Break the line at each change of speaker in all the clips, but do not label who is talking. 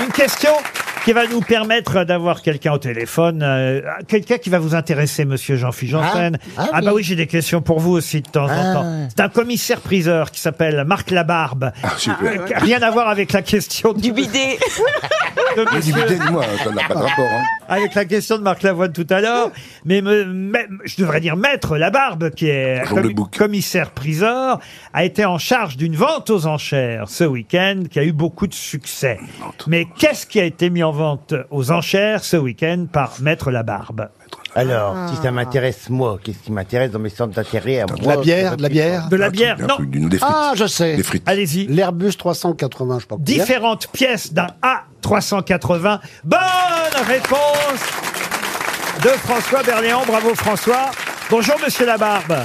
une question qui va nous permettre d'avoir quelqu'un au téléphone, euh, quelqu'un qui va vous intéresser, monsieur Jean-Philippe Janssen.
Ah,
Ah,
ah
bah
oui.
oui, j'ai des questions pour vous aussi de temps en
Ah.
temps. C'est un commissaire-priseur qui s'appelle Marc Labarbe.
Ah,
Euh, qui a Rien à voir avec la question du bidet. Ah,
Mais dis moi ça n'a pas de rapport. Hein.
Avec la question de Marc Lavoine tout à l'heure, mais me- même- je devrais dire maître Labarbe, qui est
Dans le
commi- commissaire-priseur, a été en charge d'une vente aux enchères ce week-end qui a eu beaucoup de succès. Mais qu'est-ce qui a été mis en vente aux enchères ce week-end par maître Labarbe
Alors, si ça m'intéresse, moi, qu'est-ce qui m'intéresse dans mes centres d'intérêt à moi, c'est votre histoire.
De la bière, non.
Une- des frites.
Ah, je sais.
Des frites.
Allez-y.
L'Airbus 380, je sais pas. combien.
Différentes pièces d'un A380. Bonne réponse de François Berléand. Bravo François. Bonjour Monsieur Labarbe.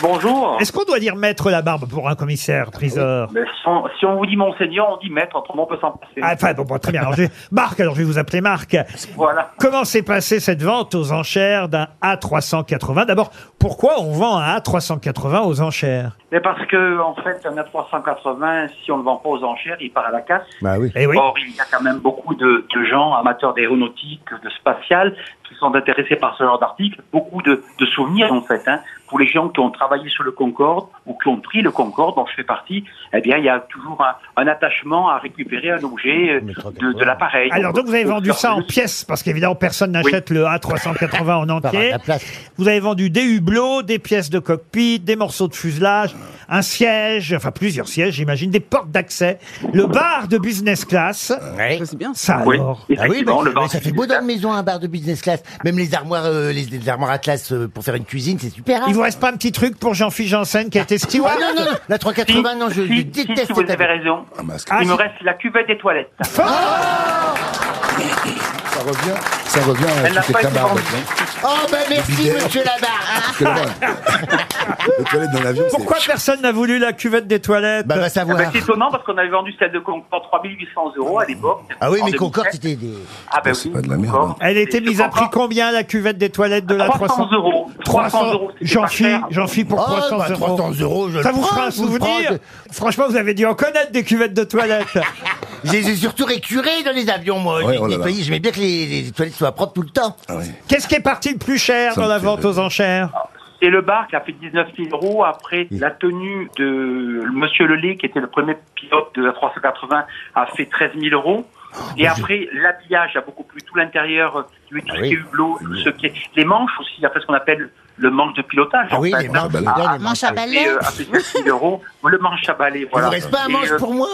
Bonjour.
Est-ce qu'on doit dire maître la barbe pour un commissaire priseur
Mais si on, si on vous dit monseigneur, on dit maître, autrement on peut s'en passer.
Ah, Enfin, bon, bon, très bien. Alors, je vais- Marc, alors je vais vous appeler Marc.
Voilà.
Comment s'est passée cette vente aux enchères d'un A380 D'abord, pourquoi on vend un A380 aux enchères
Mais parce que, en fait, un A380, si on ne le vend pas aux enchères, il part à la casse.
Bah oui.
Eh oui.
Or, il y a quand même beaucoup de, de gens, amateurs d'aéronautique, de spatial, qui sont intéressés par ce genre d'article. Beaucoup de, de souvenirs, en fait. Hein. Pour les gens qui ont travaillé sur le Concorde ou qui ont pris le Concorde, dont je fais partie, eh bien, il y a toujours un, un attachement à récupérer un objet euh,
Mais trop
de, de
d'accord.
l'appareil.
Alors, donc, vous avez
Au-
vendu ça en
surplus.
pièces, parce qu'évidemment, personne n'achète le A380 en
Par
entier.
la place.
Vous avez vendu des hublots, des pièces de cockpit, des morceaux de fuselage, un siège, enfin plusieurs sièges, j'imagine, des portes d'accès, le bar de business class.
Ouais.
C'est bien.
Ça
Oui,
alors
Ah oui,
effectivement,
bah,
le
ça fait beau dans une maison, un bar de business class. Même les armoires, euh, les, les armoires Atlas euh, pour faire une cuisine, c'est super. hein.
Il vous reste pas un petit truc pour Jean-Philippe Janssen qui a été
Ah
steward
non, non, non, la 380, non, je, je
Si, si,
déteste
si, vous
cette
avez
avis.
raison.
Un masque.
Ah,
Il me
si.
reste la cuvette des toilettes.
Ça revient, ça revient
Elle
à
n'a
tous
pas
les
été
camarades. hein.
vendue.
Oh, ben merci,
Bidet.
monsieur Labarre. hein.
Quelle horreur. Les toilettes dans l'avion,
Pourquoi
c'est...
personne n'a voulu la cuvette des toilettes
Bah, va
Ah ben,
savoir.
c'est étonnant parce qu'on avait vendu celle de Concorde 3800 euros à l'époque.
Ah oui,
en
mais
2007.
Concorde, c'était des.
Ah ben
Oh, c'est
oui,
pas de la merde,
Concorde.
Elle était
Et
mise
je
à prix
comprends.
combien la cuvette des toilettes de la
300 euros. 300 euros. c'était pas
Jean-Philippe,
cher.
Jean-Philippe pour
Oh,
300
bah,
euros.
300 euros, je
Ça
le
vous fera
prends,
un
je vous le
souvenir
prends.
Franchement, vous avez dû en connaître des cuvettes de toilettes.
J'ai j'ai surtout récuré dans les avions, moi.
Ouais,
J'ai
oh là là.
nettoyé, J'aimais bien que les, les toilettes soient propres tout le temps.
Ah oui.
Qu'est-ce qui est parti le plus cher
Ça
dans
me
la
fait
vente
rire.
aux enchères
Et le bar qui a fait 19 000 euros après la tenue de Monsieur Lelay, qui était le premier pilote de la 380, a fait 13 000 euros.
Oh,
Et après, l'habillage a beaucoup plus tout l'intérieur, euh, tout
Ah
ce qui est hublot, tout ce qui est les manches aussi, après ce qu'on appelle le manche de pilotage.
Ah
en
oui,
fait,
les
hein.
manches,
ah,
les
bah,
gars, les
Manche
manches.
à
a fait,
balai.
euh, a fait 7 000 euros, le manche à balai,
Il
voilà.
vous reste pas un
Et,
manche
euh,
pour moi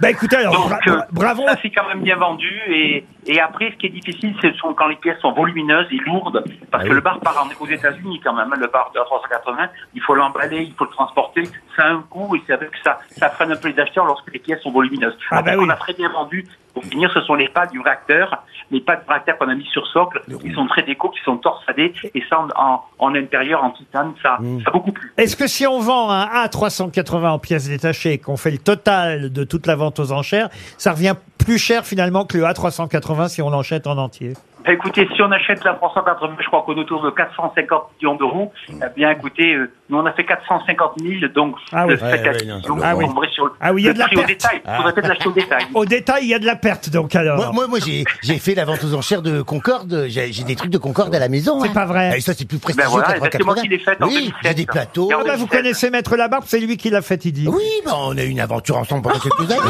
Bah écoutez, alors,
Donc,
bra-
euh,
bravo.
Ça, c'est quand même bien vendu. Et, et après, ce qui est difficile, c'est sont- quand les pièces sont volumineuses et lourdes.
Ah
Parce que le bar part en- aux États-Unis quand même. hein, Le bar de 380, il faut l'emballer, il faut le transporter. Ça a un coût et c'est avec ça. Ça freine un peu les acheteurs lorsque les pièces sont volumineuses.
Ah, bah oui.
On a très bien vendu. Pour finir, ce sont les pads du réacteur. Les pads du réacteur qu'on a mis sur socle. Ils sont très déco, qui sont torsadés. Et ça, en, en, en intérieur, en titane, ça,
Mmh.
ça a beaucoup plu.
Est-ce que si on vend un A380 en pièces détachées et qu'on fait le total de toute la vente aux enchères, ça revient plus cher finalement que le A380 si on l'enchaîne en entier
Bah, écoutez, si on achète la 380, je crois qu'on est autour de 450 millions d'euros.
Hmm.
Eh bien, écoutez, euh, nous on a fait 450 000, donc
Ah oui.
le fait
Ouais,
est-
ouais, non,
donc,
ah oui.
vous tomberez sur le,
Ah oui, il y a
le
de la
prix au
perte.
détail. Il faudrait peut-être l'acheter au détail.
Au détail, il y a de la perte donc alors.
Moi, moi, moi, j'ai j'ai fait la vente aux enchères de Concorde. J'ai j'ai des trucs de Concorde à la maison.
C'est
hein.
pas vrai.
Ah, Et ça, c'est plus prestigieux
Ben voilà,
que la
eh ben, c'est moi
380.
qui l'ai faite en
Oui,
2007.
j'ai des plateaux.
Et
Ah
en
bah, vous connaissez Maître Labarbe, c'est lui qui l'a fait, il dit.
Oui, ben, on a eu une aventure ensemble pendant quelques années.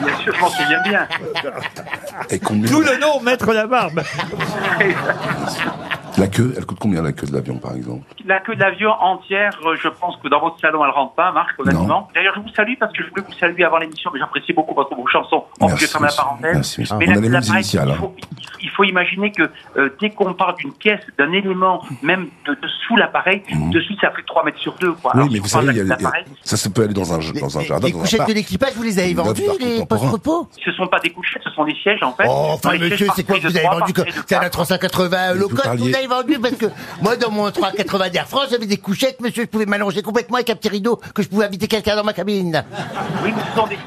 Mais bien sûr, je m'en souviens bien.
Et combien
D'où le nom, Maître Labarbe.
La queue, elle coûte combien la queue de l'avion, par exemple
La queue de l'avion entière, euh, je pense que dans votre salon, elle rentre pas, Marc, honnêtement. D'ailleurs, je vous salue parce que je voulais vous saluer avant l'émission, mais j'apprécie beaucoup votre vos chansons. On peut
Merci,
fermer la
monsieur.
parenthèse.
Merci, monsieur.
Mais
On
la
a les
queue
mêmes
d'appareil,
initiales,
il
hein.
faut- Il faut imaginer que euh, dès qu'on parle d'une pièce, d'un élément, même de, de sous l'appareil, dessous ça fait 3 mètres sur 2. Quoi.
Ah.
Mhm. Oui,
Alors,
mais
si
vous
on parle
savez, il y a-
d'un appareil,
ça, ça peut aller dans un, dans un
Les-
jardin,
les
dans un
couchettes
parc.
de l'équipage, vous les avez
Une œuvre
vendues,
d'art
les
contemporain.
post-repos
Ce sont pas des couchettes, ce sont des sièges en fait.
Oh, enfin,
Les sièges
monsieur, c'est quoi
partaient
que vous
de
avez
trois,
vendu
partaient de
C'est un
quatre.
380 low
vous
cost que
parliez-
vous avez vendu Parce que moi, dans mon 380 d'Air France, j'avais des couchettes, monsieur, je pouvais m'allonger complètement avec un petit rideau que je pouvais inviter quelqu'un dans ma cabine.
Oui, mais ce sont des...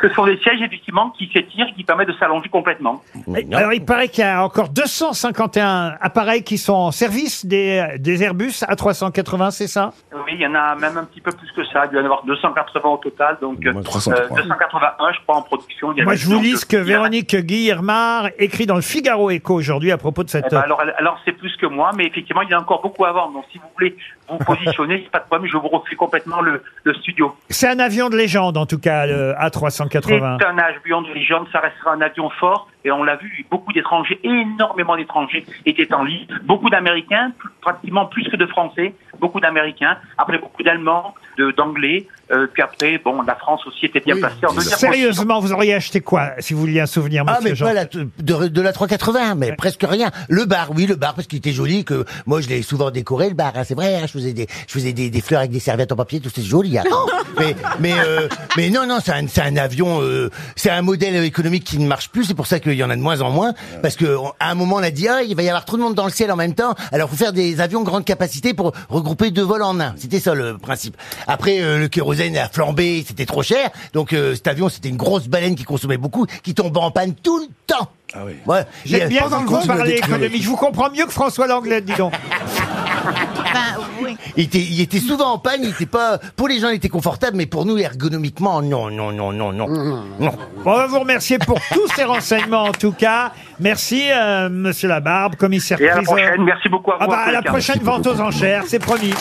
ce sont des sièges effectivement qui s'étirent, qui permettent de s'allonger complètement.
Et- Alors, il paraît qu'il y a encore 251 appareils qui sont en service des, des Airbus A380, c'est ça
Oui, il y en a même un petit peu plus que ça. Il doit y en avoir 280 au total, donc euh,
303.
281, je crois, en production. Il y en a
Moi, je vous
donc,
lis ce que
il y en a-
Véronique Guillermard écrit dans le Figaro Écho aujourd'hui à propos de cette...
Eh ben, alors, elle- alors c'est plus que moi, mais effectivement, il y a encore beaucoup à vendre. Donc, si vous voulez vous positionner, il y a pas de problème, je vous refais complètement le, le studio.
C'est un avion de légende, en tout cas, le
C'est
A380.
un avion de légende, ça restera un avion fort, et on l'a vu, beaucoup d'étrangers, énormément d'étrangers étaient en ligne, beaucoup d'Américains, plus- pratiquement plus que de Français, beaucoup d'Américains, après beaucoup d'Allemands, de- d'Anglais, euh, puis après, bon, la France aussi était bien
Oui.
placée. En deuxième position.
Sérieusement, vous auriez acheté quoi, si vous vouliez un souvenir,
Ah,
monsieur
mais
Jean
pas la, de, de la 380, mais presque rien. Le bar, oui, le bar, parce qu'il était joli, que moi, je l'ai souvent décoré, le bar, hein, c'est vrai, hein, je faisais des, je faisais des, des fleurs avec des serviettes en papier, tout c'est joli, hein. mais, mais, euh, mais non, non, c'est un, c'est un avion, euh, c'est un modèle économique qui ne marche plus, c'est pour ça qu'il y en a de moins en moins, parce que, on- à un moment, on a dit, ah, il va y avoir trop de monde dans le ciel en même temps, alors faut faire des avions grande capacité pour regrouper deux vols en un. C'était ça, le principe. Après, euh, le kérosène a flambé, c'était trop cher, donc, euh, cet avion, c'était une grosse baleine qui consommait beaucoup, qui tombait en panne tout le temps.
Ah oui.
Ouais.
J'aime bien
Pendant
quand
le
vous
vol,
parlez
le détruit.
économie. Je vous comprends mieux que François Langlais, dis donc.
Enfin, oui.
Il était, il était souvent en panne, il était pas, pour les gens, il était confortable, mais pour nous, ergonomiquement, non, non, non, non, non.
Mmh.
non.
Bon, on va vous remercier pour tous ces renseignements, en tout cas. Merci, euh, monsieur Labarbe, commissaire
Et à la
priseur.
prochaine, merci beaucoup à vous.
Ah bah,
en tous
à
les
la
cas.
prochaine vente aux enchères, c'est promis.